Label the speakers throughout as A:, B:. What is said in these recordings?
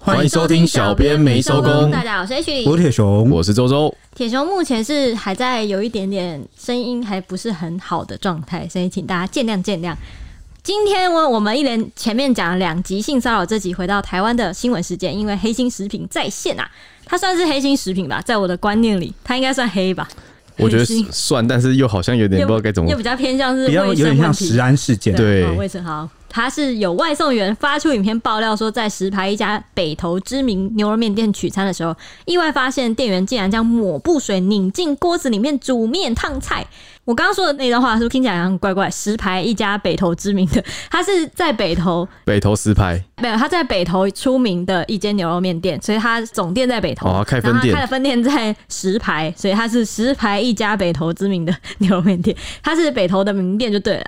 A: 欢迎收听小编没收工
B: 大家好，我是 H
C: 我
B: 李。
C: 铁熊，
A: 我是周周，
B: 铁熊目前是还在有一点点声音还不是很好的状态，所以请大家见谅见谅。今天呢，我们一连前面讲了两集性骚扰，这集回到台湾的新闻事件，因为黑心食品在线啊，它算是黑心食品吧，在我的观念里，它应该算黑吧。
A: 我觉得
B: 黑心
A: 算，但是又好像有点不知道该怎么
B: 又。比较偏向是
C: 比较有
B: 卫
C: 点
B: 生问
C: 像
B: 题
C: 食。安事件，
A: 对
B: 哦卫生好。他是有外送员发出影片爆料说，在石牌一家北投知名牛肉面店取餐的时候，意外发现店员竟然将抹布水拧进锅子里面煮面烫菜。我刚刚说的那段话是不是听起来很怪怪？石牌一家北投知名的，他是在北投
A: 北投石牌
B: 没有，他在北投出名的一间牛肉面店，所以他总店在北投，
A: 哦他开分
B: 然后他
A: 店
B: 开了分店在石牌，所以他是石牌一家北投知名的牛肉面店，他是北投的名店就对了。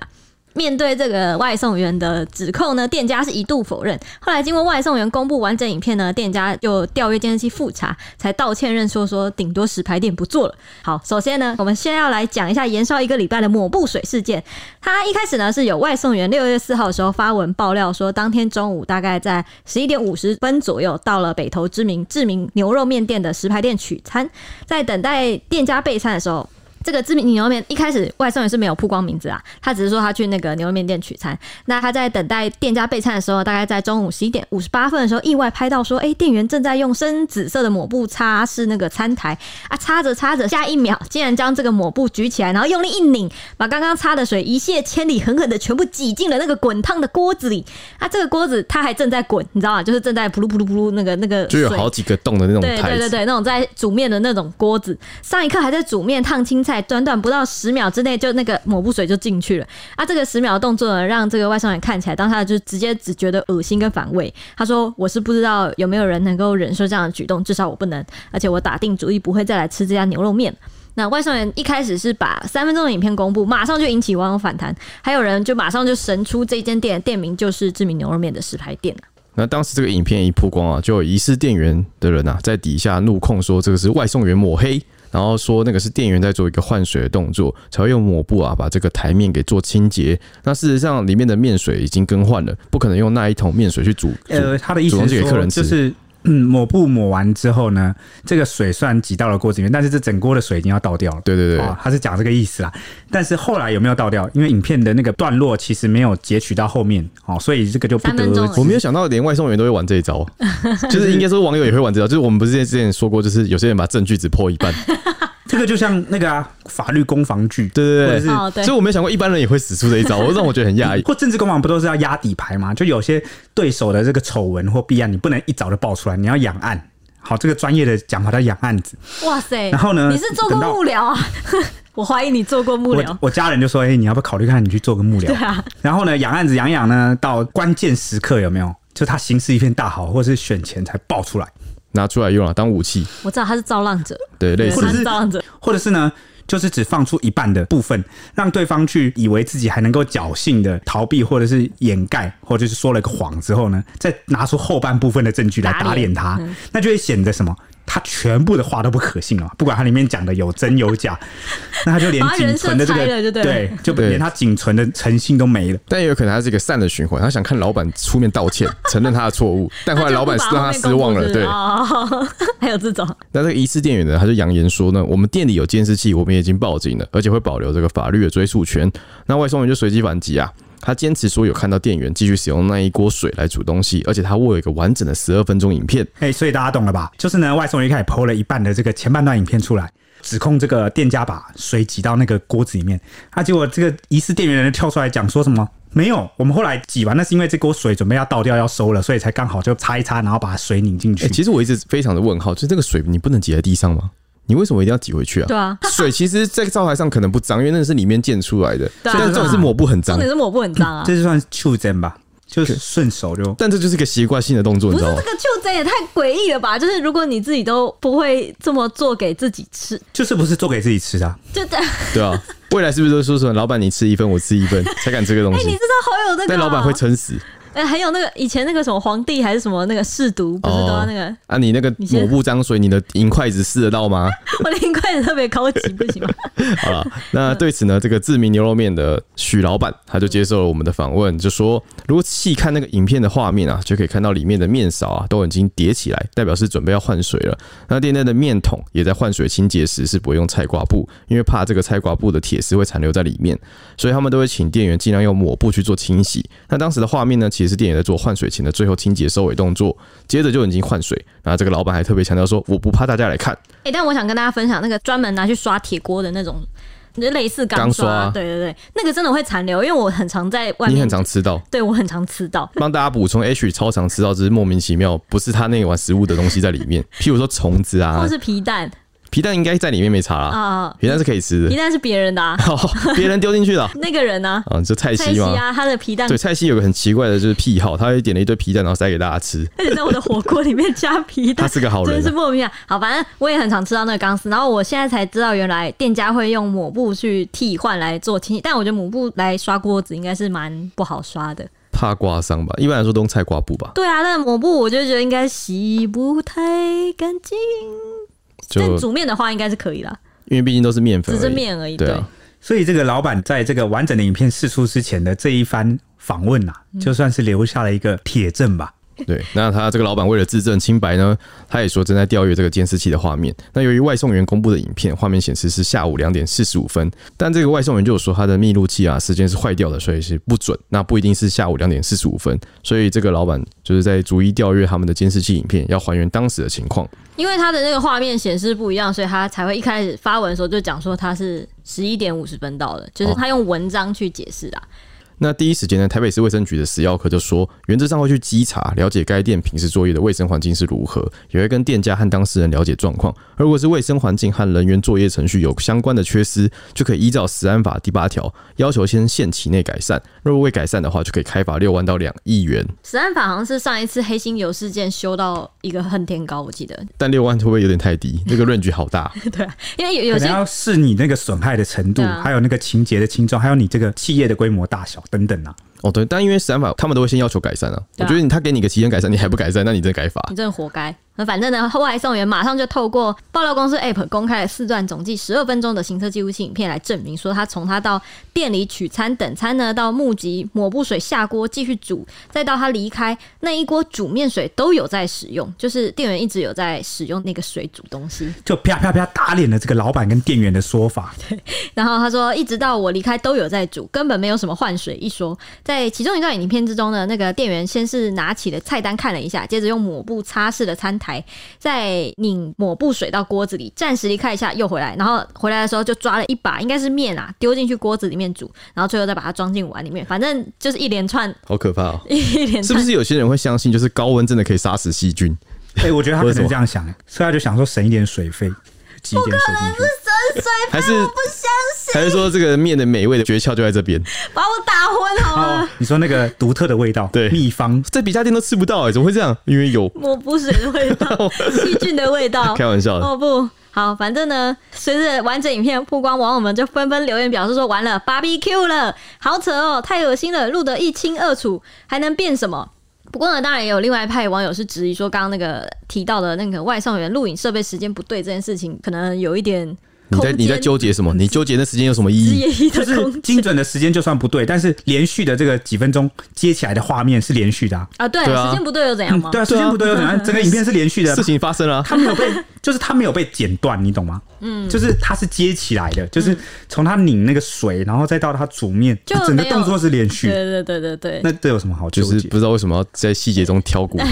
B: 面对这个外送员的指控呢，店家是一度否认。后来经过外送员公布完整影片呢，店家就调阅监视器复查，才道歉认错，说顶多石牌店不做了。好，首先呢，我们先要来讲一下延烧一个礼拜的抹布水事件。他一开始呢是有外送员六月四号的时候发文爆料说，当天中午大概在十一点五十分左右到了北投知名知名牛肉面店的石牌店取餐，在等待店家备餐的时候。这个知名牛肉面一开始外送员是没有曝光名字啊，他只是说他去那个牛肉面店取餐。那他在等待店家备餐的时候，大概在中午十一点五十八分的时候，意外拍到说，哎、店员正在用深紫色的抹布擦拭那个餐台啊，擦着擦着，下一秒竟然将这个抹布举起来，然后用力一拧，把刚刚擦的水一泻千里，狠狠的全部挤进了那个滚烫的锅子里。啊，这个锅子它还正在滚，你知道吗？就是正在噗噜噗噜噗噜那个那个
A: 就有
B: 水
A: 好几个洞的那种
B: 对
A: 台
B: 对对
A: 子，
B: 对，那种在煮面的那种锅子，上一刻还在煮面烫青菜，短短不到十秒之内就那个抹布水就进去了。啊，这个十秒的动作呢，让这个外送员看起来当下就直接只觉得恶心跟反胃。他说：“我是不知道有没有人能够忍受这样的举动，至少我不能，而且我打定主意不会再来吃这家牛肉面。”那外送员一开始是把三分钟的影片公布，马上就引起网友反弹，还有人就马上就神出这间店的店名就是知名牛肉面的石牌店了
A: 那当时这个影片一曝光啊，就有疑似店员的人啊，在底下怒控说这个是外送员抹黑，然后说那个是店员在做一个换水的动作，才会用抹布啊把这个台面给做清洁。那事实上里面的面水已经更换了，不可能用那一桶面水去煮。煮
C: 呃，他的意思
A: 主动
C: 是
A: 给客
C: 说，
A: 人吃
C: 就是嗯，抹布抹完之后呢，这个水虽然挤到了锅子里面，但是这整锅的水已经要倒掉了。
A: 对对对
C: 哦，他是讲这个意思啦。但是后来有没有倒掉？因为影片的那个段落其实没有截取到后面哦，所以这个就不
B: 三
C: 得
B: 分钟
C: 而
B: 而
C: 知
A: 我。没有想到连外送员都会玩这一 招，就是应该说网友也会玩这招。就是我们不是之前说过，就是有些人把证据只破一半，
C: 这个就像那个啊，法律攻防剧，
A: 对对
C: 或者
A: 对
C: 是。
B: 哦，对
A: 所以。我没想过一般人也会使出这一招，我让我觉得很讶 异。
C: 或政治攻防不都是要压底牌吗？就有些对手的这个丑闻或弊案，你不能一早就爆出来，你要养案。好，这个专业的讲法叫养案子。
B: 哇塞！
C: 然后呢
B: 你是做过
C: 等到
B: 幕僚啊？ 我怀疑你做过幕僚
C: 我。我家人就说：“哎、你要不要考虑看你去做个幕僚
B: 对？”啊，
C: 然后呢，养案子养养呢，到关键时刻有没有？就他形势一片大好，或者是选前才爆出来，
A: 拿出来用啊，当武器，
B: 我知道他是造浪者，
A: 对，类
B: 对，
A: 似
C: 或者
B: 他
C: 是
B: 是造啊浪者。
C: 或者是呢，就是只放出一半的部分，让对方去以为自己还能够侥幸的逃避，或者是掩盖，或者是说了个谎之后呢，再拿出后半部分的证据来
B: 打
C: 打
B: 脸嗯
C: 脸他，那就会显得什么？他全部的话都不可信了，不管他里面讲的有真有假，那他就连
B: 把他人
C: 仅存的这
B: 设拆了就
C: 个
B: 对了
C: 就
A: 对
C: 连他仅存的诚信都没了。
A: 但也有可能他是一个善的循环，他想看老板出面道歉，承认他的错误，但哎后来老板
B: 他
A: 让
B: 就不把
A: 他
B: 后面
A: 失望
B: 公布
A: 了。
B: 是
A: 对，
B: 哦， 还有这种，
A: 那这个疑似店员呢，他就扬言说呢，我们店里有监视器，我们也已经报警了，而且会保留这个法律的追诉权。那外送员就随机反击啊，他坚持说有看到店员继续使用那一锅水来煮东西，而且他握有一个完整的十二分钟影片。
C: 哎、所以大家懂了吧？就是呢，外送员一开始剖了一半的这个前半段影片出来，指控这个店家把水挤到那个锅子里面，啊，结果这个疑似店员人跳出来讲说什么？没有，我们后来挤完，那是因为这锅水准备要倒掉要收了，所以才刚好就擦一擦，然后把水拧进去。
A: 哎、其实我一直非常的问号，就是这个水你不能挤在地上吗？你为什么一定要挤回去啊？
B: 对啊，
A: 水其实，在灶台上可能不脏，因为那是里面溅出来的，
B: 对啊
A: 但重点是抹布很
B: 重
A: 脏。
B: 点是抹布很脏 啊。
C: 这就算袖珍吧，就是顺手就。
A: 但这就是一个习惯性的动作，你
B: 不
A: 知
B: 是
A: 道吗
B: 这？个就真也太诡异了吧？就是如果你自己都不会这么做给自己吃，
C: 就是不是做给自己吃的啊、
B: 就 这。哎，
A: 对啊，未来是不是都说什么老板你吃一份，我吃一份，才敢吃这个东
B: 哎你
A: 西
B: 知？道好有那个
A: 但
B: 哦，
A: 老板会撑死，
B: 哎、还有那个以前那个什么皇帝还是什么那个试毒，不是都要那个？
A: 啊，你那个
B: 你先
A: 抹布脏水，你的银筷子试得到吗？
B: 我的银筷子特别高级，不行吗？
A: 好了，
B: 嗯
A: 那对此呢，这个志明牛肉面的许老板他就接受了我们的访问，就说如果细看那个影片的画面啊，就可以看到里面的面勺啊都已经叠起来，代表是准备要换水了。那店内的面桶也在换水清洁时是不会用菜瓜布，因为怕这个菜瓜布的铁丝会残留在里面，所以他们都会请店员尽量用抹布去做清洗。那当时的画面呢，其实是店员在做换水前的最后清洁收尾动作，接着就已经换水。然后这个老板还特别强调说，我不怕大家来看。
B: 哎、但我想跟大家分享那个专门拿去刷铁锅的那种，就类似
A: 钢
B: 钢
A: 刷啊
B: 对对对，那个真的会残留，因为我很常在外面，
A: 你很常吃到，
B: 对我很常吃到。
A: 帮大家补充，H 超常吃到就是莫名其妙，不是他那碗食物的东西在里面，譬如说虫子啊
B: 或，是皮蛋
A: 皮蛋应该在里面没查啦，
B: 啊、
A: 皮蛋是可以吃
B: 皮
A: 的，
B: 蛋是别人的啊，
A: 哦别人丢进去的啊
B: 那个人呢、
A: 啊，就蔡
B: 啊，蔡
A: 西
B: 西
A: 嘛。
B: 啊，他的皮蛋
A: 对，，蔡西有个很奇怪的就是癖好，他会点了一堆皮蛋，然后塞给大家吃。
B: 而且在我的火锅里面加皮
A: 他
B: 蛋。
A: 是个好
B: 真的
A: 人
B: 是
A: 啊、
B: 莫名啊！好，反正我也很常吃到那个钢丝，然后我现在才知道原来店家会用抹布去替换来做清洗，但我觉得抹布来刷锅子应该是蛮不好刷的。
A: 怕刮伤吧？一般来说都用菜瓜布吧，
B: 对啊，但抹布我就觉得应该洗不太干净，
A: 就
B: 但煮面的话应该是可以啦，
A: 因为毕竟都是面粉
B: 只
A: 而
B: 是
A: 已，
B: 面而已。
A: 对
B: 对，
A: 啊，
C: 所以这个老板在这个完整的影片释出之前的这一番访问啊，
A: 嗯
C: 就算是留下了一个铁证吧。
A: 对，那他这个老板为了自证清白呢，他也说正在调阅这个监视器的画面。那由于外送员公布的影片，画面显示是下午两点四十五分，但这个外送员就有说他的密录器啊时间是坏掉的，所以是不准。那不一定是下午两点四十五分，所以这个老板就是在逐一调阅他们的监视器影片，要还原当时的情况。
B: 因为它的那个画面显示不一样，所以他才会一开始发文的时候就讲说他是十一点五十分到的，
A: 哦
B: 就是他用文章去解释啊。
A: 那第一时间呢，台北市卫生局的食药科就说，原则上会去稽查，了解该店平时作业的卫生环境是如何，也会跟店家和当事人了解状况。而如果是卫生环境和人员作业程序有相关的缺失，就可以依照食安法第八条要求先限期内改善。若未改善的话，就可以开罚六万到两亿元。
B: 十安法好像是上一次黑心油事件修到一个恨天高，我记得，
A: 但六万会不会有点太低？那个论据好大。
B: 因为有有
C: 可
B: 些
C: 能要视你那个损害的程度，
B: 对啊
C: 还有那个情节的轻重，还有你这个企业的规模大小等等啊。
A: 哦，对，但因为食安法他们都会先要求改善啊。我
B: 对啊
A: 觉得你他给你个期间改善，你还不改善，那你真的改罚。
B: 你真的活该。那反正呢，外送员马上就透过爆料公司 App 公开了四段总计十二分钟的行车记录器影片来证明，说他从他到店里取餐等餐呢，到募集抹布水下锅继续煮，再到他离开那一锅煮面水都有在使用，就是店员一直有在使用那个水煮东西。
C: 就啪啪啪打脸了这个老板跟店员的 说法，
B: 然后他说，一直到我离开都有在煮，根本没有什么换水一说。在其中一段影片之中呢，那个店员先是拿起了菜单看了一下，接着用抹布擦拭了餐台，再拧抹布水到锅子里，暂时离开一下又回来，然后回来的时候就抓了一把应该是面啊，丢进去锅子里面煮，然后最后再把它装进碗里面，反正就是一连 串
A: 好可怕哦！
B: 一连
A: 是不
B: 串。
A: 是有些人会相信，就是高温真的可以杀死细菌？
C: 哎、我觉得他
A: 为
C: 可
A: 什么
C: 能这样想，所以他就想说省一点水费，挤一点水进去。
A: 还是 还是说这个面的美味的诀窍就在这边？
B: 把我打昏好
C: 哦
B: 吗？，
C: 你说那个独特的味道，
A: 对
C: 秘方
A: 在别家店都吃不到哎、怎么会这样？因为有
B: 抹布水的 味道，细菌的味道，
A: 开玩笑的，
B: 哦不好，反正呢，随着完整影片曝光，网友们就纷纷留言表示说：“完了，BBQ 了，好扯哦，太恶心了，录得一清二楚，还能变什么？”不过呢，当然也有另外一派网友是质疑说，刚刚那个提到的那个外送员录影设备时间不对这件事情，可能有一点
A: 你
B: 空
A: 在
B: 间
A: 你在纠结什么？你纠结那时间有什么意
B: 之
A: 义？
B: 一的
C: 就是
B: 空
C: 精
B: 间
C: 准的时间就算不对，但是连续的这个几分钟接起来的画面是连续的、啊。
B: 啊，对，
A: 对啊
B: 时间不对又怎样
C: 嗯
B: 吗？
C: 对啊，时间不对又怎样？整个影片是 连续的
A: 事，情发生了啊、
C: 他没 有被，就是他没有被剪断，你懂吗？嗯，就是他是接起来的，就是从他拧那个水，然后再到他煮面，
B: 嗯
C: 啊
B: 就
C: 整个
B: 没有
C: 动作是连续。的。
B: 对对对对对，
C: 那这有什么好纠
A: 就
C: 结？
A: 是不知道为什么要在细节中挑骨 头，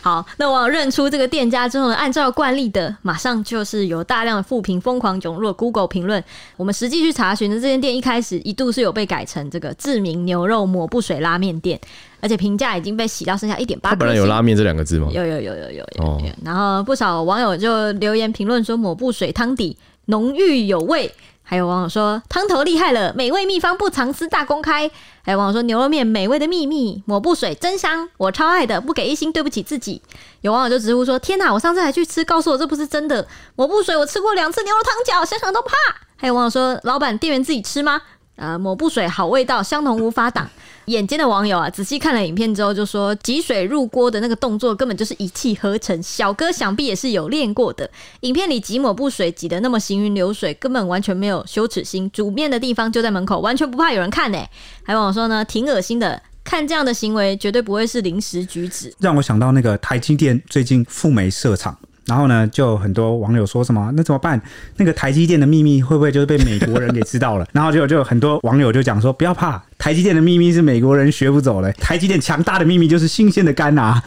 B: 好，那网友认出这个店家之后呢，按照惯例的，马上就是有大量的负评疯狂涌入了 Google 评论。我们实际去查询的这间店，一开始一度是有被改成这个志明牛肉抹布水拉面店，而且评价已经被洗到剩下一点八。
A: 它本来有拉面这两个字吗？
B: 有有有有有有有
A: 哦
B: 然后不少网友就留言评论说抹布水汤底浓郁有味，还有网友说汤头厉害了，美味秘方不藏私大公开，还有网友说牛肉面美味的秘密，抹布水真香，我超爱的，不给一星对不起自己。有网友就直呼说天哪，我上次还去吃，告诉我这不是真的，抹布水我吃过两次牛肉汤饺，想想都怕。还有网友说老板店员自己吃吗？呃，抹布水好味道，相同无法挡。 眼尖的网友啊，仔细看了影片之后就说，挤水入锅的那个动作根本就是一气呵成，小哥想必也是有练过的。影片里挤抹布水挤得那么行云流水，根本完全没有羞耻心。煮面的地方就在门口，完全不怕有人看呢、欸还网友说呢，挺恶心的。看这样的行为，绝对不会是临时举止。
C: 让我想到那个台积电最近赴美设厂，然后呢，就很多网友说什么那怎么办？那个台积电的秘密会不会就是被美国人给 知道了？然后就就有很多网友就讲说不要怕，台积电的秘密是美国人学不走的，台积电强大的秘密就是新鲜的肝啊！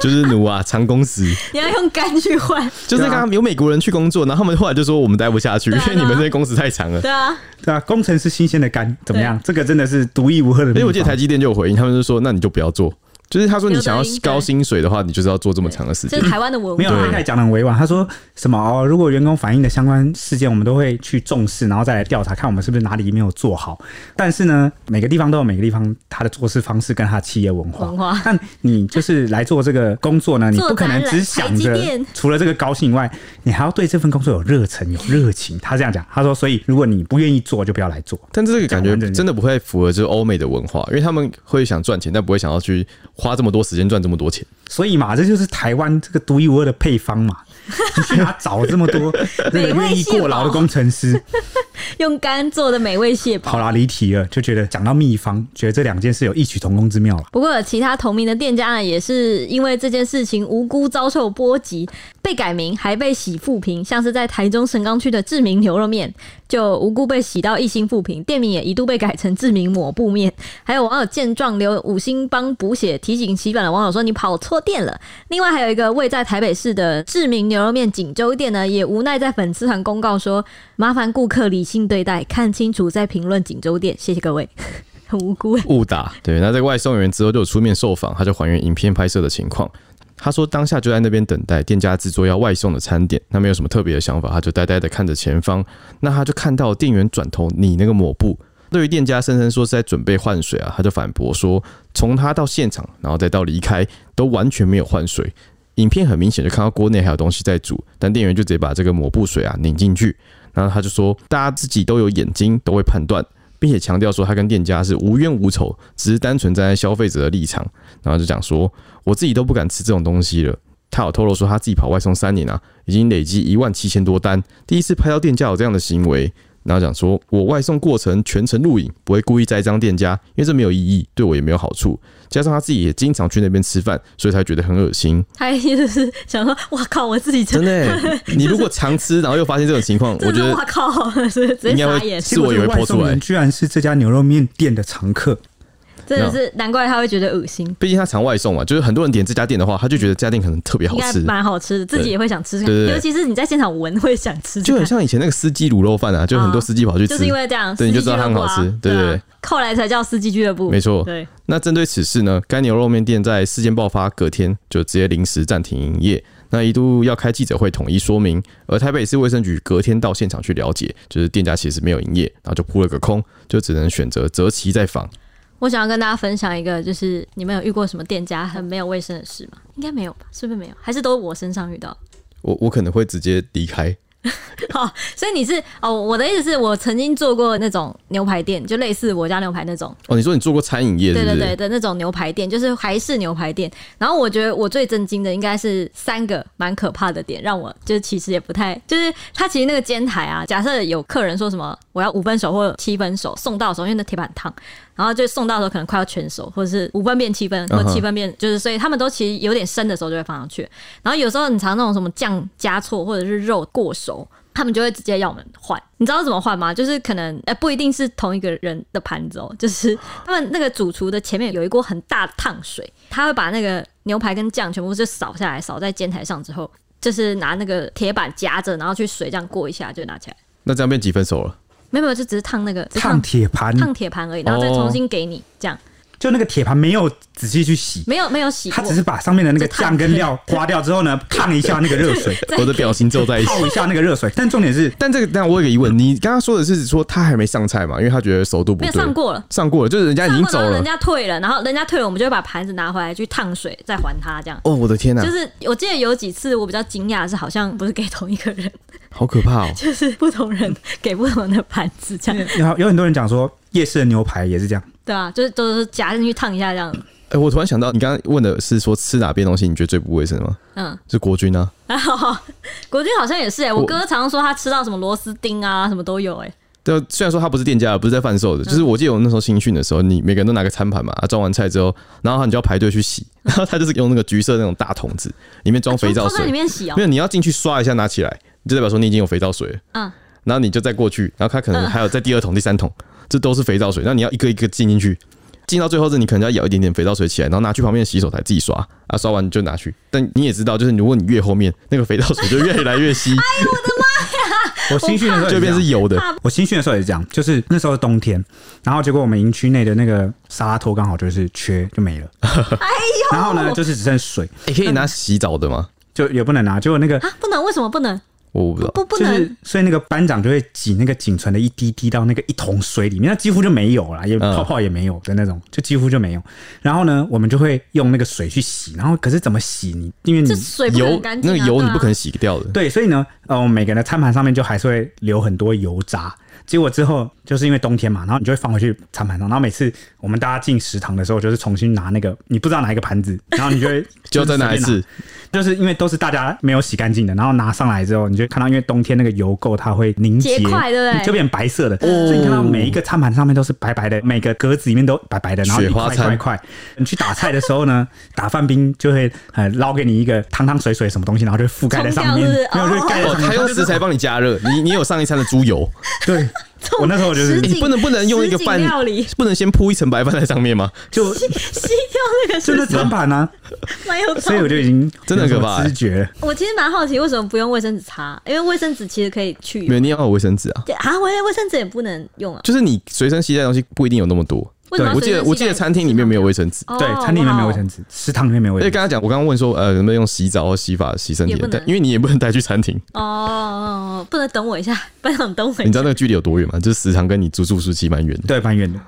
A: 就是奴啊，长工时，
B: 你要用肝去换，
A: 就是刚刚有美国人去工作，然后他们后来就说我们待不下去，因
B: 对啊
A: 为你们这些工时太长了。
B: 对啊，
C: 对啊，工程师新鲜的肝怎么样？这个真的是独一无二的秘
A: 因
C: 密。
A: 哎为我记得台积电就有回应，他们就说那你就不要做，就是他说你想要高薪水的话，你就是要做这么长的时
B: 这
A: 间
B: 是。台湾的文
C: 没有，啊他一
B: 化
C: 开。始讲的很委婉，他说什么哦？如果员工反映的相关事件，我们都会去重视，然后再来调查，看我们是不是哪里没有做好。但是呢，每个地方都有每个地方他的做事方式跟他的企业文化。
B: 文化
C: 但你就是来做这个工作呢，你
B: 做
C: 不可能只想
B: 展
C: 着
B: 览台积电
C: 除了这个高兴以外，你还要对这份工作有热忱、有热情。他这样讲，他说，所以如果你不愿意做，就不要来做。
A: 但这个感觉真的不会符合就是欧美的文化，因为他们会想赚钱，但不会想要去花这么多时间赚这么多钱。
C: 所以嘛，这就是台湾这个独一无二的配方嘛。 你去哪找这么多那个愿意过劳的工程师？
B: 用肝做的美味蟹堡。
C: 好啦，离题了，就觉得讲到秘方，觉得这两件事有异曲同工之妙了。
B: 不过，其他同名的店家呢，也是因为这件事情无辜遭受波及，被改名还被洗负评，像是在台中神冈区的志明牛肉面就无辜被洗到一星负评，店名也一度被改成志明抹布面。还有网友见状留五星帮补血提醒洗版的网友说：“你跑错店了。”另外还有一个位在台北市的志明牛肉面锦州店呢，也无奈在粉丝团公告说：“麻烦顾客理性对待，看清楚再评论锦州店。”谢谢各位，很无辜欸
A: 误打对，那这个外送员之后就有出面受访，他就还原影片拍摄的情况。他说当下就在那边等待店家制作要外送的餐点，那没有什么特别的想法，他就呆呆的看着前方。那他就看到店员转头你那个抹布，对于店家声称说是在准备换水啊，他就反驳说，从他到现场，然后再到离开，都完全没有换水。影片很明显就看到锅内还有东西在煮，但店员就直接把这个抹布水啊拧进去，然后他就说，大家自己都有眼睛，都会判断，并且强调说他跟店家是无冤无仇，只是单纯站在消费者的立场，然后就讲说我自己都不敢吃这种东西了。他有透露说他自己跑外送三年啊，已经累积一万七千多单，第一次拍到店家有这样的行为，然后讲说我外送过程全程录影，不会故意栽赃店家，因为这没有意义，对我也没有好处。加上他自己也经常去那边吃饭，所以才觉得很恶 心。
B: 他意思是想说，哇靠，我自己真
A: 真的欸，你如果常吃，然后又发现这种情况，我
B: 真
A: 觉
B: 的
A: 得
B: 哇靠， 是直接
A: 应该
B: 傻
A: 会
B: 眼，
A: 是我以为
C: 结果这个
A: 泼
C: 外
A: 出
C: 送
A: 来
C: 员，居然是这家牛肉面店的常客，
B: 真的是难怪他会觉得恶心，
A: 毕竟他常外送嘛，就是很多人点这家店的话，他就觉得这家店可能特别好
B: 应该
A: 吃，
B: 蛮好吃的，自己也会想吃吃看
A: 对对对
B: 尤其是你在现场闻会想吃吃看，
A: 就很像以前那个司机卤肉饭啊，就很多司机跑去吃。
B: 就是因为这样，
A: 对你就知道它很好吃
B: 司机俱乐部啊
A: 对对
B: 对
A: 对
B: 啊，后来才叫司机俱乐部，
A: 没错
B: 对，
A: 那针对此事呢，该牛肉面店在事件爆发隔天就直接临时暂停营业，那一度要开记者会统一说明，而台北市卫生局隔天到现场去了解，就是店家其实没有营业，然后就扑了个空，就只能选择择期再访。
B: 我想要跟大家分享一个，就是你们有遇过什么店家很没有卫生的事吗？应该没有吧？是不是没有？还是都我身上遇到？
A: 我我可能会直接离开，
B: 哦， 所以你是哦，我的意思是我曾经做过那种牛排店，就类似我家牛排那种，
A: 哦，你说你做过餐饮业是
B: 对
A: 不
B: 对
A: 是？
B: 对的那种牛排店，就是还是牛排店。然后我觉得我最震惊的应该是三个蛮可怕的点，让我就是其实也不太，就是它其实那个煎台啊，假设有客人说什么我要五分熟或七分熟，送到的时候因为那铁板很烫，然后就送到的时候可能快要全熟，或者是五分变七分，或
A: 嗯哼
B: 七分变就是，所以他们都其实有点生的时候就会放上去。然后有时候你尝那种什么酱加错，或者是肉过熟。他们就会直接要我们换，你知道怎么换吗？就是可能，呃，不一定是同一个人的盘子哦，就是他们那个主厨的前面有一锅很大的烫水，他会把那个牛排跟酱全部就扫下来，扫在煎台上之后，就是拿那个铁板夹着，然后去水这样过一下就拿起来，
A: 那这样变几分熟了？
B: 没有没有，就只是烫那个只是
C: 烫铁盘，
B: 烫铁盘而已，然后再
A: 哦
B: 重新给你这样，
C: 就那个铁盘没有仔细去洗，
B: 没有没有洗
C: 他
B: 过
C: 只，是把上面的那个
B: 就烫
C: 酱跟料刮掉之后呢，烫一下那个热水，
B: 再
A: 我的表情皱在一起。
C: 泡一下那个热水。但重点是，
A: 但这个，但我有个疑问，你刚刚说的是说他还没上菜嘛？因为他觉得熟度不
B: 没
A: 对，
B: 有上过了。
A: 上过了，就是人家已
B: 上
A: 经
B: 过
A: 走
B: 然后
A: 了
B: 人。家退了，然后人家退了，我们就会把盘子拿回来去烫水，再还他这样。
A: 哦，我的天哪、
B: 就是我记得有几次我比较惊讶的是，好像不是给同一个人，
A: 好可怕哦！
B: 就是不同人给不同的盘子这样。
A: 嗯
C: 有有很多人讲说，夜市的牛排也是这样，
B: 对啊，就是都是夹进去烫一下这样。
A: 哎、我突然想到，你刚刚问的是说吃哪边东西你觉得最不卫生吗？
B: 嗯，
A: 是国军啊，
B: 然后国军好像也是哎、我
A: 我
B: 哥常常说他吃到什么螺丝钉啊，什么都有哎、
A: 对，啊虽然说他不是店家，不是在贩
B: 嗯
A: 售的，就是我记得我那时候新训的时候，你每个人都拿个餐盘嘛，啊装完菜之后，然后你就要排队去洗， 然后他就是用那个橘色那种大桶子，里面装肥皂
B: 从放在
A: 水
B: 里，面洗哦、
A: 没有你要进去刷一下拿起来，就代表说你已经有肥皂水了，
B: 嗯，
A: 然后你就再过去，然后他可能还有在第二桶、第三桶，这都是肥皂水，那你要一个一个进进去。进到最后是，你可能要舀一点点肥皂水起来，然后拿去旁边的洗手台自己刷啊，刷完就拿去。但你也知道，就是如果你越后面， 那个肥皂水就越来越 稀，
C: 我新训的时候也
A: 就变成
C: 这样
A: 是油的。
C: 我新训的时候也是这样，就是那时候是冬天，然后结果我们营区内的那个沙拉托刚好就是缺就没了，然后呢就是只剩水，
A: 你、可以拿洗澡的吗？
C: 就也不能拿，结果那个
B: 啊，不能，为什么不能？啊
A: 我不知道。
B: 不不
C: 就
B: 能、
A: 嗯
C: 是，所以那个班长就会挤那个仅存的一滴滴到那个一桶水里面，那几乎就没有了，也
A: 嗯
C: 泡泡也没有的那种，就几乎就没有。然后呢，我们就会用那个水去洗，然后可是怎么洗你？因为你
B: 这水不
A: 油
B: 能干净、
A: 那
B: 啊，
A: 个油
B: 对
A: 你
B: 啊
A: 不可能洗掉的，
C: 对，所以呢，呃，我们每个人的餐盘上面就还是会留很多油渣。结果之后就是因为冬天嘛，然后你就会放回去餐盘上，然后每次我们大家进食堂的时候，就是重新拿那个你不知道哪一个盘子，然后你就会
A: 就再拿一次，
C: 就是因为都是大家没有洗干净的，然后拿上来之后，你就看到因为冬天那个油垢它会凝结，
B: 结块对不哦对
C: 就变白色的，所以你看到每一个餐盘上面都是白白的，每个格子里面都白白的，然后一
A: 雪花
C: 块一块一块。你去打菜的时候呢，打饭兵就会呃捞给你一个汤汤水水什么东西，然后就覆盖在上面，
B: 冲掉是不
C: 没
B: 是
C: 有就盖在
A: 哦，
C: 上面。
A: 他用食材帮你加热，你你有上一餐的猪 油，
C: 对，我那时候我就
B: 实
C: 是
A: 欸
B: 景
A: 你不能不能用一个饭
B: 实景啊料理，
A: 不能先铺一层白饭在上面吗？
C: 就
B: 吸掉那个
C: 就是那餐盘啊，
B: 哦蛮有道
C: 所以我
B: 理。
C: 就已经
A: 真的很可
C: 没有
A: 怕
C: 什么知觉了。
B: 我其实蛮好奇为什么不用卫生纸擦，因为卫生纸其实可以去
A: 没
B: 油
A: 有，你要有卫生纸啊。
B: 对啊，卫卫生纸也不能用啊。
A: 就是你随身携带的东西不一定有那么多，
B: 为什么
A: 我记得我记得餐厅里面没有卫生纸。
B: 哦
C: 对，餐厅里面没有卫
B: 哇
C: 生纸，食堂里面没有卫
A: 而
C: 生
A: 且
C: 纸。
A: 刚刚讲，我刚刚问说，呃，能不能用洗澡或洗发洗身体
B: 也不
A: 的？
B: 能
A: 但因为你也不能带去餐厅，
B: 哦，不能等我一下，班长等我
A: 你
B: 一
A: 知
B: 下
A: 道。那个距离有多远吗？就是食堂跟你住宿舍其实蛮远的。
C: 对，蛮远的，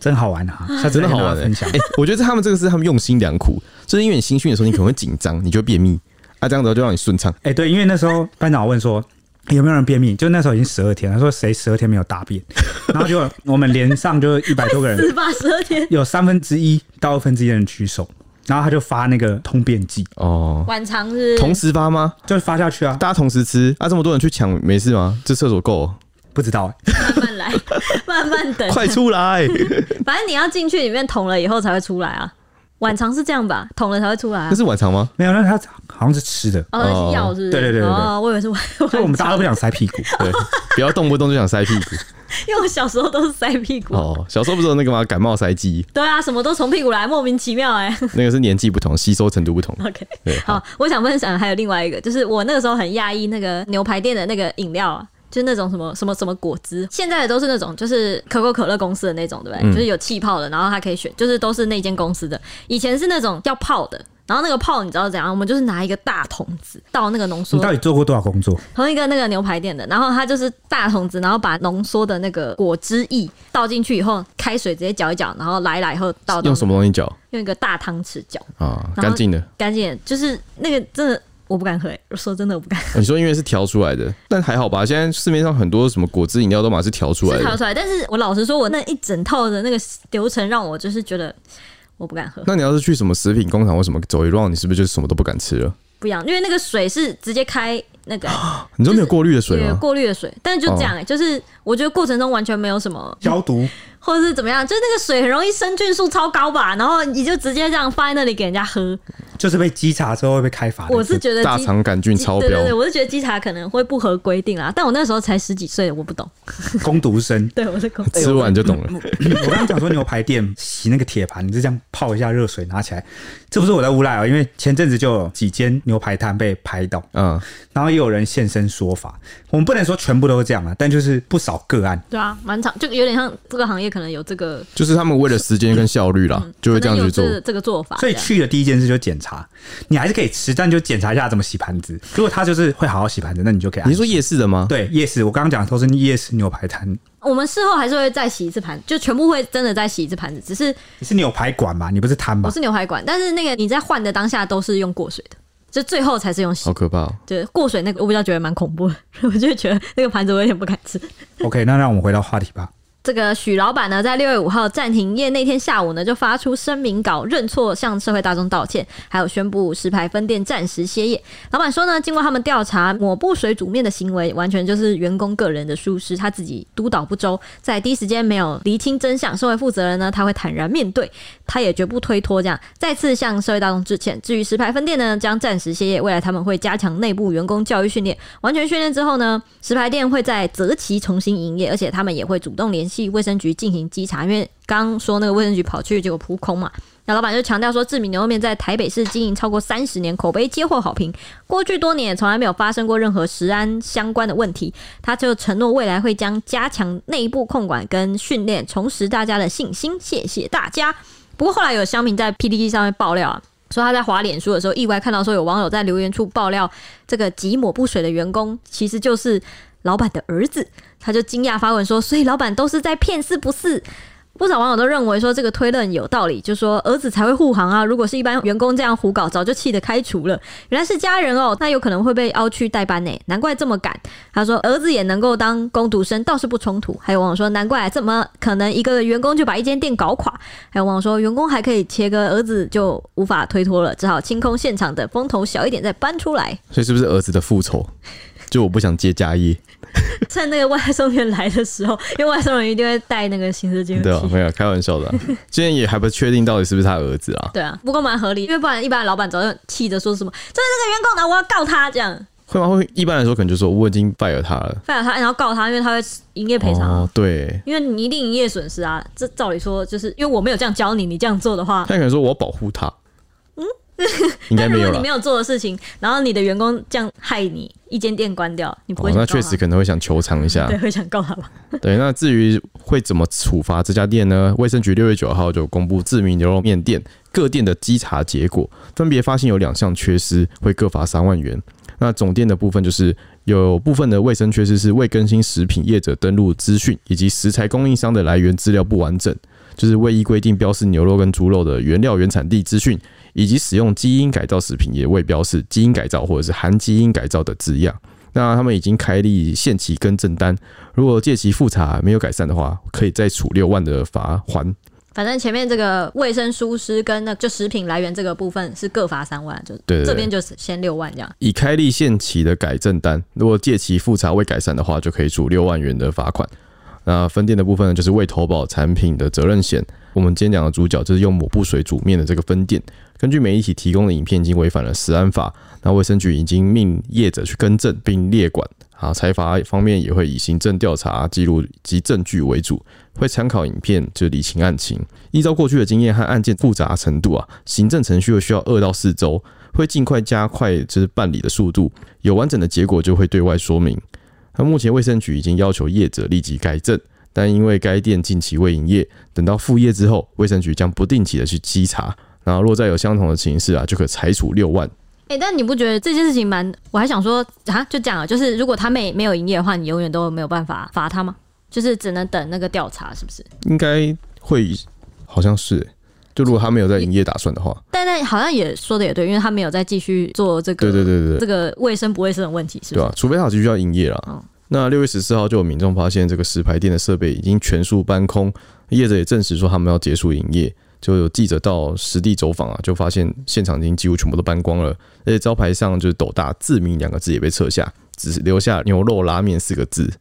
C: 真好玩啊！下次
A: 真的
C: 再
A: 好
C: 跟大
A: 玩
C: 家
A: 的、
C: 分享。
A: 欸我觉得他们这个是他们用心良苦，就是因为你新训的时候你可能会紧张，你就会便秘，啊这样子就让你顺畅。
C: 哎、对，因为那时候班长问说有没有人便秘，就那时候已经十二天，他说谁十二天没有大便，然后就我们连上就一百多个人，
B: 四八十二天
C: 有三分之一到二分之一的人举手，然后他就发那个通便剂，
A: 哦，
B: 晚长是
A: 同时发吗？
C: 就发下去啊，
A: 大家同时吃，啊，这么多人去抢，没事吗？这厕所够哦，
C: 不知道、欸，
B: 慢慢来，慢慢等。
A: 快出 来！
B: 反正你要进去里面捅了以后才会出来啊。晚长是这样吧，捅了才会出来啊
A: 那。是晚场吗？
C: 没有，那他好像是吃的，
B: 哦，那是药是不是？
C: 对对对对对
B: 哦，我以为是晚
C: 所以我
B: 晚
C: 们大家
B: 肠
C: 都不，想塞屁 股，
A: 对，不要动不动就想塞屁股。
B: 因为我小时候都是塞屁股。
A: 哦，小时候不是有那个吗？感冒塞剂，
B: 对啊，什么都从屁股来，莫名其妙哎、
A: 那个是年纪不同，吸收程度不 同。
B: OK，
A: 对，
B: 好，我想分享还有另外一个，就是我那个时候很讶异那个牛排店的那个饮料啊。就是那种什么什么什么果汁，现在的都是那种就是可口可乐公司的那种，对不
A: 嗯
B: 对？就是有气泡的，然后它可以选，就是都是那间公司的。以前是那种要泡的，然后那个泡你知道怎样？我们就是拿一个大桶子倒那个浓缩
C: 你到底做过多少工作？
B: 同一个那个牛排店的，然后它就是大桶子，然后把浓缩的那个果汁液倒进去以后，开水直接搅一搅，然后来一来以后倒到
A: 用什么东西搅
B: 用一个大汤匙搅，
A: 啊？
B: 后
A: 干净的。
B: 干净点就是那个真的我不敢喝、欸，说真的我不敢，
A: 哦你说因为是调出来的，但还好吧。现在市面上很多什么果汁饮料都嘛是调出来
B: 是调
A: 的。
B: 出来，但是我老实说，我那一整套的那个流程让我就是觉得我不敢喝，
A: 那你要是去什么食品工厂或什么走一 round，你是不是就什么都不敢吃了？
B: 不一样，因为那个水是直接开那个
A: 你说没有过滤的水
B: 有
A: 吗？
B: 过滤的水，但是就
A: 哦
B: 这样、欸，就是我觉得过程中完全没有什么
C: 消毒，
B: 或者是怎么样，就是那个水很容易生菌数超高吧，然后你就直接这样放在那里给人家喝，
C: 就是被稽查之后会被开罚的。
B: 我是觉得
A: 哎大
B: 鸡
A: 肠杆菌超
B: 对
A: 标
B: 对，对，我是觉得稽查可能会不合规定啦，但我那时候才十几岁，我不懂，。
C: 工读生
B: 对我是公
A: 吃完就懂了。
C: 我刚刚讲说牛排店洗那个铁盘，你就这样泡一下热水拿起来，这不是我在诬赖哦，因为前阵子就有几间牛排摊被拍到，
A: 嗯，
C: 然后也有人现身说法。我们不能说全部都是这样啊，但就是不少个案。
A: 哦
B: 对啊，蛮长，就有点像这个行业可能有这个，
A: 就是他们为了时间跟效率啦，就嗯会这样
B: 可能
A: 去
B: 有
A: 做。
B: 这这个做法，
C: 所以
A: 啊
B: 这样
C: 去的第一件事就检查，你还是可以吃，但就检查一下怎么洗盘子。如果他就是会好好洗盘子，那你就可以安
A: 你
C: 心。
A: 是说夜市的吗？
C: 对夜市，我刚刚讲的都是夜市牛排摊，
B: 我们事后还是会再洗一次盘，就全部会真的再洗一次盘子，只是
C: 你是牛排馆吧？你不是摊
B: 我
C: 吧？
B: 是牛排馆，但是那个你在换的当下都是用过水的，就最后才是用洗
A: 好，可怕、哦！
B: 对过 水那个我比较觉得蛮恐怖的，我就觉得那个盘子我有点不敢吃。
C: OK，那让我们回到话题吧。
B: 这个许老板呢，在六月五号暂停营业那天下午呢，就发出声明稿认错，向社会大众道歉，还有宣布石牌分店暂时歇业。老板说呢，经过他们调查，抹布水煮面的行为完全就是员工个人的疏失，他自己督导不周，在第一时间没有厘清真相，社会负责人呢，他会坦然面对，他也绝不推脱，这样再次向社会大众致歉。至于石牌分店呢，将暂时歇业，未来他们会加强内部员工教育训练，完全训练之后呢，石牌店会在择期重新营业，而且他们也会主动联系卫生局进行稽查，因为刚说那个卫生局跑去，结果扑空嘛。那老板就强调说，志明牛肉面在台北市经营超过三十年，口碑皆获好评，过去多年也从来没有发生过任何食安相关的问题。他就承诺未来会将加强内部控管跟训练，重拾大家的信心。谢谢大家。不过后来有乡民在 PDD 上面爆料啊，说他在滑脸书的时候，意外看到说有网友在留言处爆料，这个挤抹布水的员工其实就是老板的儿子，他就惊讶发问说：“所以老板都是在骗，是不是？”不少网友都认为说这个推论有道理，就说儿子才会护航啊，如果是一般员工这样胡搞，早就气得开除了。原来是家人哦，那有可能会被凹去代班呢，难怪这么赶。他说儿子也能够当工读生，倒是不冲突。还有网友说，难怪怎么可能一个员工就把一间店搞垮？还有网友说，员工还可以切割，儿子就无法推脱了，只好清空现场，等风头小一点再搬出来。
A: 所以是不是儿子的复仇？就我不想接家业，
B: 趁那个外送员来的时候，因为外送员一定会带那个刑事监
A: 对
B: 控
A: 啊
B: 器，。
A: 没有开玩 笑的啊、今天也还不确定到底是不是他儿子啊？
B: 对啊，不过蛮合理，因为不然一般老板早就气着说什么，这是这个员工呢，我要告他这样
A: 会吗？会一般来说可能就说我已经 fire 他了。
B: ，fire 他，然后告他，因为他会营业赔偿啊、
A: 哦，对，
B: 因为你一定营业损失啊。这照理说，就是因为我没有这样教你，你这样做的话，
A: 他可能说我要保护他，嗯，应该
B: 但
A: 没
B: 如
A: 有
B: 果
A: 了
B: 你没。有做的事情，然后你的员工这样害你，一间店关掉，你不
A: 哦
B: 会，想啊
A: 那
B: 告他、
A: 确实可啊能会想求偿一下
B: 对，。会想告他吧？
A: 对，那至于会怎么处罚这家店呢？卫生局六月九号就公布知名牛肉面店各店的稽查结果，分别发现有两项缺失，会各罚三万元。那总店的部分就是有部分的卫生缺失是未更新食品业者登录资讯以及食材供应商的来源资料不完整，就是未依规定标示牛肉跟猪肉的原料原产地资讯，以及使用基因改造食品也未标示基因改造或者是含基因改造的字样。那他们已经开立限期更正单，如果借其复查没有改善的话，可以再处六万的罚还。
B: 反正前面这个卫生疏失跟那就食品来源这个部分是各罚三万，就
A: 对对对
B: 这边就是先六万这样。
A: 已开立限期的改正单，如果借其复查未改善的话，就可以处六万元的罚款。那分店的部分呢，就是未投保产品的责任险。我们今天讲的主角就是用抹布水煮面的这个分店，根据媒体提供的影片，已经违反了食安法。那卫生局已经命业者去更正并列管。啊，财阀方面也会以行政调查啊记录及证据为主，会参考影片就理清案情。依照过去的经验和案件复杂程度啊，行政程序会需要二到四周，会尽快加快就是办理的速度，有完整的结果就会对外说明。那目前卫生局已经要求业者立即改正，但因为该店近期未营业，等到复业之后，卫生局将不定期的去稽查，然后若再有相同的情势啊，就可裁处六万。
B: 哎、但你不觉得这件事情蛮？我还想说啊，就这样啊，就是如果他没没有营业的话，你永远都没有办法罚他吗？就是只能等那个调查，是不是？
A: 应该会好像是欸、就如果他没有在营业打算的话，
B: 但但好像也说的也对，因为他没有再继续做这个，
A: 对对对对对
B: 这个卫生不卫生的问题，是不
A: 对啊
B: 是？
A: 吧、除非他继续要营业啦。
B: 嗯
A: 那六月十四号就有民众发现这个石牌店的设备已经全数搬空，业者也证实说他们要结束营业。就有记者到实地走访啊，就发现现场已经几乎全部都搬光了，而且招牌上就是斗大“自明”两个字也被撤下，只是留下牛肉拉面四个字，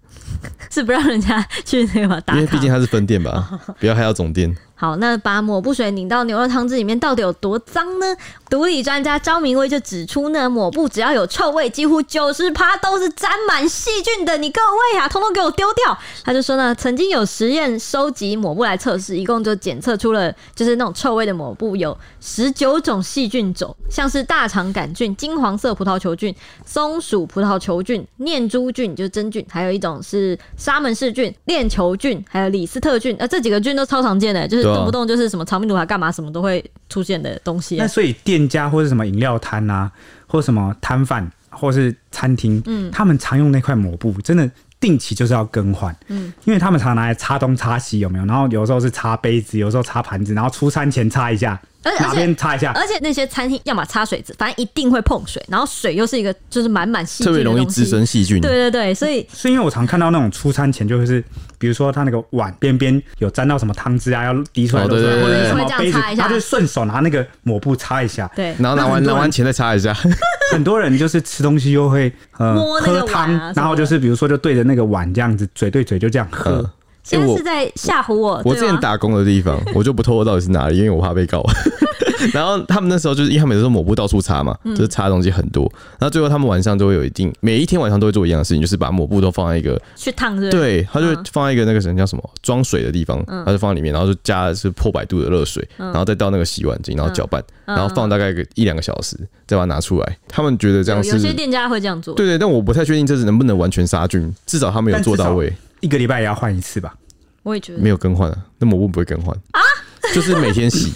B: 是不让人家去那个嘛打
A: 因为
B: 卡
A: 毕。竟它是分店 吧，不要害到总店。
B: 好，那把抹布水拧到牛肉汤汁里面，到底有多脏呢？毒理专家张明威就指出呢，抹布只要有臭味，几乎九十趴都是沾满细菌的。你各位啊，通通给我丢掉！他就说呢，曾经有实验收集抹布来测试，一共就检测出了就是那种臭味的抹布有十九种细菌种，像是大肠杆菌、金黄色葡萄球菌、松鼠葡萄球菌、念珠菌就是真菌，还有一种是沙门氏菌、链球菌，还有李斯特菌。呃，这几个菌都超常见的，就
A: 对
B: 是
A: 啊
B: 动不动就是什么草莓毒还干嘛，什么都会出现的东西啊、
C: 那所以店家或是什么饮料摊啊，或什么摊贩，或是餐厅，嗯，他们常用那块抹布，真的定期就是要更换，嗯，因为他们常拿来擦东擦西，有没有？然后有时候是擦杯子，有时候擦盘子，然后出餐前擦一下，
B: 呃而且
C: 哪
B: 而且
C: 边擦 一下，
B: 而且那些餐厅要么擦水渍，反正一定会碰水，然后水又是一个就是满满细
A: 特
B: 菌
A: 别
B: 的
A: 容易
B: 东
A: 滋
B: 西。
A: 生细菌。
B: 对对对，所以
C: 是因为我常看到那种出餐前就是，比如说他那个碗边边有沾到什么汤汁啊，要滴出来
A: 哦
C: 都是，
A: 对对对
C: 或者
A: 对
C: 是什么杯子
B: 会这样擦一，下
C: 他就顺手拿那个抹布擦一下。
B: 对，
A: 然后拿
C: 那
A: 完
C: 很多
A: 拿
C: 人
A: 完钱再擦一下，
C: 很多人就是吃东西又会呃
B: 摸那个
C: 喝
B: 碗啊
C: 汤
B: 什么，的
C: 然后就是比如说就对着那个碗这样子，嘴对嘴就这样喝。
A: 嗯
B: 现在
A: 我
B: 是在吓唬我，
A: 我
B: 对啊
A: 之前
B: 吗
A: 打工的地 方，我就不透露到底是哪里，因为我怕被告。然后他们那时候就是，因为他们有时候抹布到处擦嘛，
B: 嗯
A: 就是擦的东西很多。然后最后他们晚上都会有一定，每一天晚上都会做一样的事情，就是把抹布都放在一个，
B: 去烫这个，
A: 对，他就会
B: 嗯
A: 放在一个那个什么叫什么装水的地方，他就放在里面，然后就加的是破百度的热水，
B: 嗯
A: 然后再倒那个洗碗巾，然后搅拌，然后放大概个一两个小时，再把它拿出来。他们觉得这样
B: 有有
A: 是
B: 些店家会这样做。
A: 对对，但我不太确定这是能不能完全杀菌，至少他们有
C: 但
A: 做
C: 至
A: 到
C: 少
A: 位。
C: 一个礼拜也要换一次吧？
B: 我也觉得
A: 没有更换啊，那抹布不会更换啊，就是每天洗。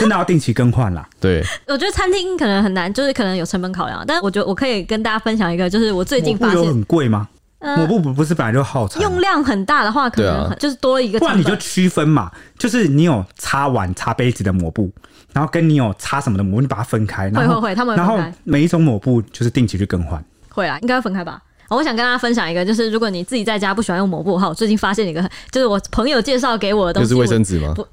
C: 真的要定期更换啦。
A: 对，
B: 我觉得餐厅可能很难，就是可能有成本考量，但我觉得我可以跟大家分享一个，就是我最
C: 抹
B: 近
C: 布
B: 发
C: 有
B: 现，
C: 很贵吗？
B: 呃
C: 抹布不不是本来就耗材吗，
B: 用量很大的话，可
A: 对
B: 能
A: 啊
B: 很就是多一个
C: 不
B: 成
C: 然
B: 本。
C: 你就区分嘛，就是你有擦碗、擦杯子的抹布，然后跟你有擦什么的抹布，你把它分开。然后
B: 会会他们会
C: 然后
B: 分开
C: 每一种抹布就是定期去更换。
B: 会啦，应该会分开吧。哦我想跟大家分享一个，就是如果你自己在家不喜欢用抹布哈，我最近发现一个，就是我朋友介绍给我的东
A: 就
B: 西，
A: 是卫生
B: 我
A: 纸吗？
B: 不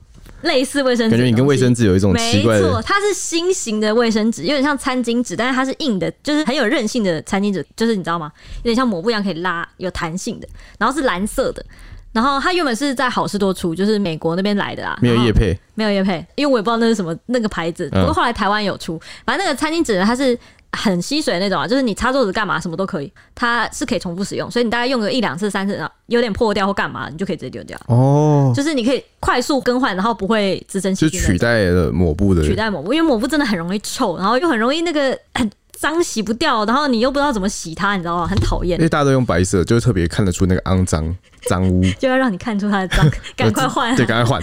B: 类似卫生纸的东西，
A: 感觉你跟卫生纸有一种奇
B: 没
A: 怪
B: 错，
A: 的，
B: 它是新型的卫生纸，有点像餐巾纸，但是它是硬的，就是很有韧性的餐巾纸，就是你知道吗？有点像抹布一样可以拉，有弹性的，然后是蓝色的。然后它原本是在好事多出，就是美国那边来的啊，
A: 没有
B: 然后
A: 叶配，
B: 没有叶配，因为我也不知道那是什么那个牌子。
A: 嗯
B: 不过后来台湾有出，反正那个餐巾纸呢，它是很吸水的那种啊，就是你擦桌子干嘛什么都可以，它是可以重复使用，所以你大概用个一两次、三次，然后有点破掉或干嘛，你就可以直接丢掉。
A: 哦，
B: 就是你可以快速更换，然后不会滋生
A: 就
B: 细菌的
A: 取代了抹布的
B: 取代抹布，因为抹布真的很容易臭，然后又很容易那个很脏洗不掉，然后你又不知道怎么洗它，你知道吗？很讨厌
A: 因，为大家都用白色，就特别看得出那个肮 脏、脏污。
B: 就要让你看出它的脏，赶快换啊、
A: 对，赶快换。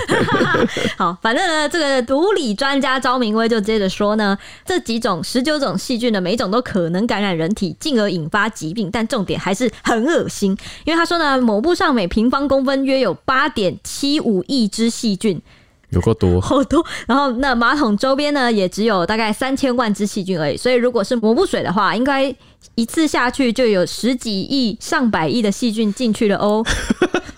B: 好，反正呢，这个毒理专家招明威就接着说呢，这几种十九种细菌呢，每一种都可能感染人体，进而引发疾病。但重点还是很恶心，因为他说呢，抹布上每平方公分约有八点七五亿只细菌，
A: 有够多，
B: 好多。然后那马桶周边呢，也只有大概三千万只细菌而已。所以如果是抹布水的话，应该一次下去就有十几亿、上百亿的细菌进去了哦。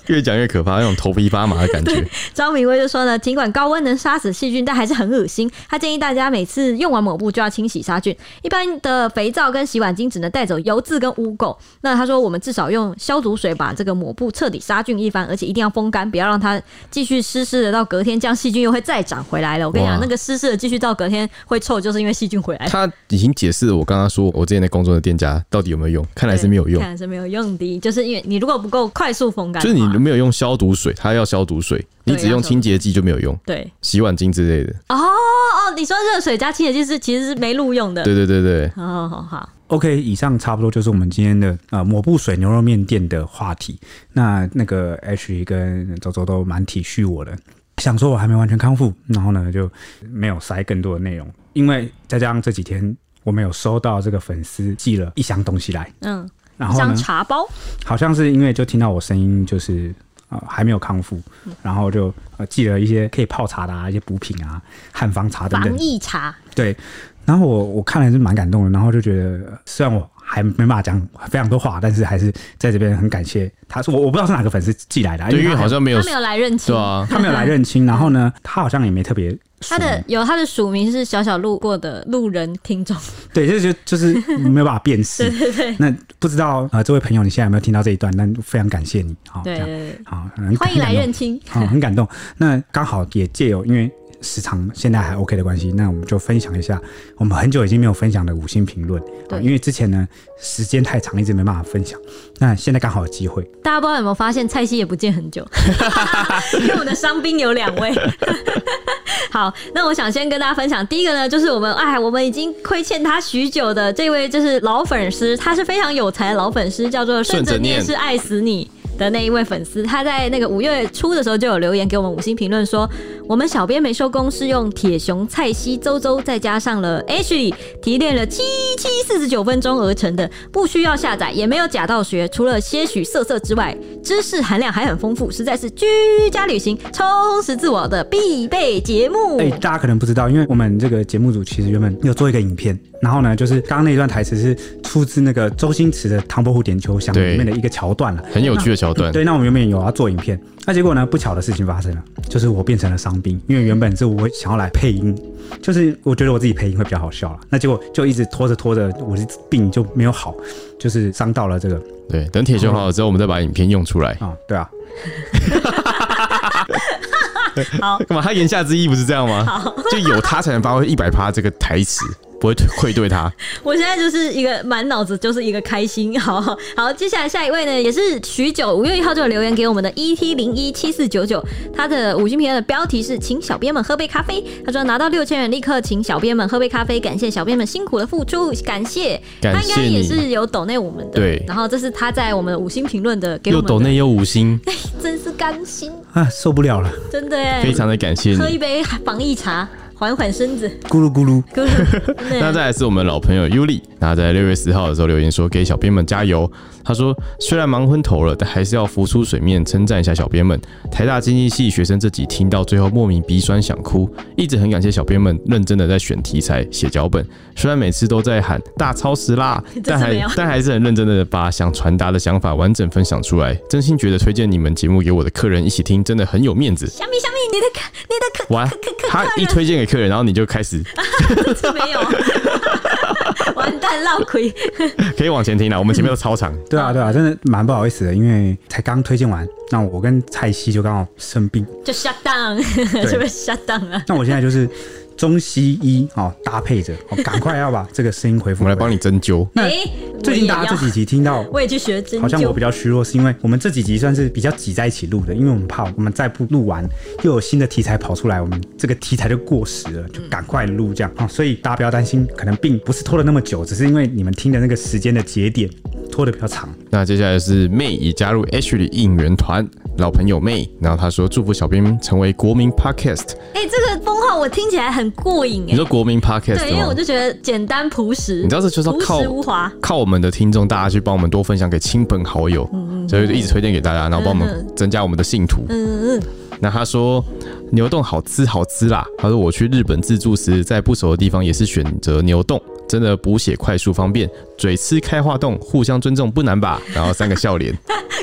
A: 越讲越可怕，那种头皮发麻的感觉。
B: 张明威就说呢，尽管高温能杀死细菌，但还是很恶心。他建议大家每次用完抹布就要清洗杀菌。一般的肥皂跟洗碗巾只能带走油渍跟污垢。那他说，我们至少用消毒水把这个抹布彻底杀菌一番，而且一定要风干，不要让它继续湿湿的到隔天，这样细菌又会再长回来了。我跟你讲，
A: 哇
B: 那个湿湿的继续到隔天会臭，就是因为细菌回来了。
A: 他已经解释了我刚刚说我之前在工作的店家到底有没有用，看来是没有用
B: 看。来是没有用的，就是因为你如果不够快速风干
A: 就
B: 的
A: 是
B: 话，
A: 你没有用消毒水，他要消毒水，你
B: 对
A: 只用清洁剂就没有用，
B: 对
A: 洗碗巾之类的。
B: 哦哦，你说热水加清洁剂是其实是没录用的。
A: 对对对对，
B: 哦，好好。
C: OK，以上差不多就是我们今天的呃抹布水牛肉面店的话题。那那个 H 跟周周都蛮体恤我的，想说我还没完全康复，然后呢就没有塞更多的内容，因为再加上这几天我们有收到这个粉丝寄了一箱东西来，
B: 嗯，
C: 然
B: 一
C: 后呢
B: 张茶包，
C: 好像是因为就听到我声音就是呃还没有康复，然后就呃寄了一些可以泡茶的啊，一些补品啊，汉方茶等
B: 防
C: 等，
B: 疫茶，
C: 对，然后我我看了还是蛮感动的，然后就觉得呃虽然我还没办法讲非常多话，但是还是在这边很感谢他。我我不知道是哪个粉丝寄来的啊，
A: 对，因为
C: 他
A: 好像没有
B: 他，没有来认亲，
A: 对啊，
C: 他没有来认亲，然后呢，他好像也没特别
B: 他
C: 署
B: 的
C: 名
B: 有他的署名是小小路过的路人听众，
C: 对，这就就是没有办法辨识。对对对那不知道呃，这位朋友你现在有没有听到这一段？那非常感谢你，好、这
B: 对
C: 样
B: 对对，对
C: 好，很
B: 欢迎来
C: 很感动
B: 认亲，
C: 啊、很感动。那刚好也借由因为时长现在还 OK 的关系，那我们就分享一下我们很久已经没有分享的五星评论啊，
B: 对
C: 因为之前呢时间太长，一直没办法分享。那现在刚好有机会，
B: 大家不知道有没有发现，蔡西也不见很 久，因为我们的伤兵有两位。 好，那我想先跟大家分享，第一个呢，就是我们哎，我们已经亏欠他许久的这位就是老粉丝，他是非常有才的老粉丝，叫做顺
A: 顺着
B: 着
A: 念
B: 念是爱死你。的那一位粉丝，他在那个五月初的时候就有留言给我们五星评论说，我我们小编没收工是用铁熊、蔡西、周周，再加上了 Ashley 提炼了七七四十九分钟而成的，不需要下载，也没有假道学，除了些许涩涩之外，知识含量还很丰富，实在是居家旅行充实自我的必备节目。
C: 哎、大家可能不知道，因为我们这个节目组其实原本有做一个影片，然后呢，就是刚刚那一段台词是出自那个周星驰的《唐伯虎点秋香》
A: 对
C: 里面的一个桥段了。
A: 很有趣的桥段。
C: 对，那我们原本有要做影片，那结果呢，不巧的事情发生了，就是我变成了伤兵，因为原本是我想要来配音，就是我觉得我自己配音会比较好笑了，那结果就一直拖着拖着，我的病就没有好，就是伤到了这个
A: 对，等铁熊好了之后，我们再把影片用出来。
C: 啊、对啊，
B: 好，
A: 干嘛？他言下之意不是这样吗？ 就有他才能发挥一百趴这个台词，不会愧对他。
B: 我现在就是一个满脑子就是一个开心， 好好好。接下来下一位呢，也是许久五月一号就有留言给我们的 ET 零一七四九九，他的五星评论的标题是“请小编们喝杯咖啡”。他说拿到六千元立刻请小编们喝杯咖啡，感谢小编们辛苦的付出，感谢。
A: 感
B: 他应该
A: 谢
B: 也
A: 你，
B: 是有抖内我们的，
A: 对
B: 然后这是他在我们的五星评论的给我
A: 又
B: 们的，
A: 抖内又五星，
B: 真是甘心，
C: 啊受不了了，
B: 真的耶
A: 非常的感谢
B: 喝一
A: 你。
B: 杯防疫茶，缓缓 身子。
C: 咕噜咕噜，
B: 哥，真的耶
A: 那 再来是我们老朋友尤里，那在六月十号的时候留言说给小编们加油。他说虽然忙昏头了，但还是要浮出水面，称赞一下小编们。台大经济系学生这集听到最后莫名鼻酸想哭，一直很感谢小编们认真的在选题材、写脚本。虽然每次都在喊大超时啦，但
B: 这次没
A: 还
B: 有
A: 但还是很认真的把想传达的想法完整分享出来。真心觉得推荐你们节目给我的客人一起听，真的很有面子。
B: 小米小米，你的客你的 客啊
A: 完，他一推荐给客人，然后你就开 始
B: 是没有，完蛋，闹亏。
A: 可以往前听了。我们前面都超长，
C: 对啊对啊，真的蛮不好意思的，因为才刚推荐完，那我跟蔡西就刚好生病，
B: 就 shut down，就被 shut down 了。
C: 那我现在就是中西医哦搭配着，哦赶快要把这个声音恢
A: 我
C: 复
A: 们
C: 回
A: 来帮你针灸。
C: 那
B: 诶
C: 最近大家
B: 我也要
C: 这几集听到
B: 我也去学针
C: 好像我
B: 灸
C: 比，较虚弱，是因为我们这几集算是比较挤在一起录的，因为我们怕我们再不录完，又有新的题材跑出来，我们这个题材就过时了，就赶快录这样啊、所以大家不要担心，可能并不是拖了那么久，只是因为你们听的那个时间的节点拖的比较长。
A: 那接下来是 May 已加入 H 的应援团，老朋友 May，然后他说祝福小编成为国民 Podcast。
B: 哎、这个封号我听起来很过瘾
A: 你
B: 哎、
A: 说国民 Podcast
B: 对，因为我
A: 吗
B: 就？觉得简单朴实，
A: 你知道这就是要
B: 朴
A: 靠
B: 实无华，
A: 靠我们的听众，大家去帮我们多分享给亲朋好友，所以就一直推荐给大家，然后帮我们
B: 嗯
A: 增加我们的信徒。
B: 嗯嗯，
A: 那他说牛洞好吃好吃啦。他说我去日本自助时，在不熟的地方也是选择牛洞，真的补血快速方便，嘴吃开化洞，互相尊重不难吧？然后三个笑脸，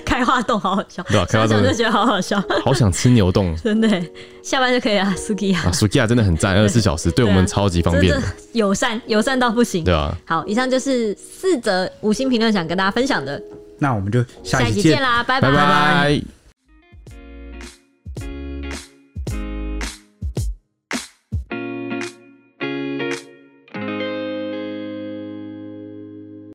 B: 开花洞好好笑，
A: 对啊开花洞
B: 想想就觉得好好笑，
A: 好想吃牛洞哦
B: 真的耶、下班就可以了 s u k i
A: 啊！
B: 啊，
A: 暑假真的很赞，二十四小时对我们超级方便
B: 真
A: 的
B: 的，友善友善到不行。
A: 对啊。
B: 好，以上就是四则五星评论想跟大家分享的，
C: 那我们就下
B: 下
C: 一
B: 一集
C: 集见
B: 见。啦，
A: 拜拜。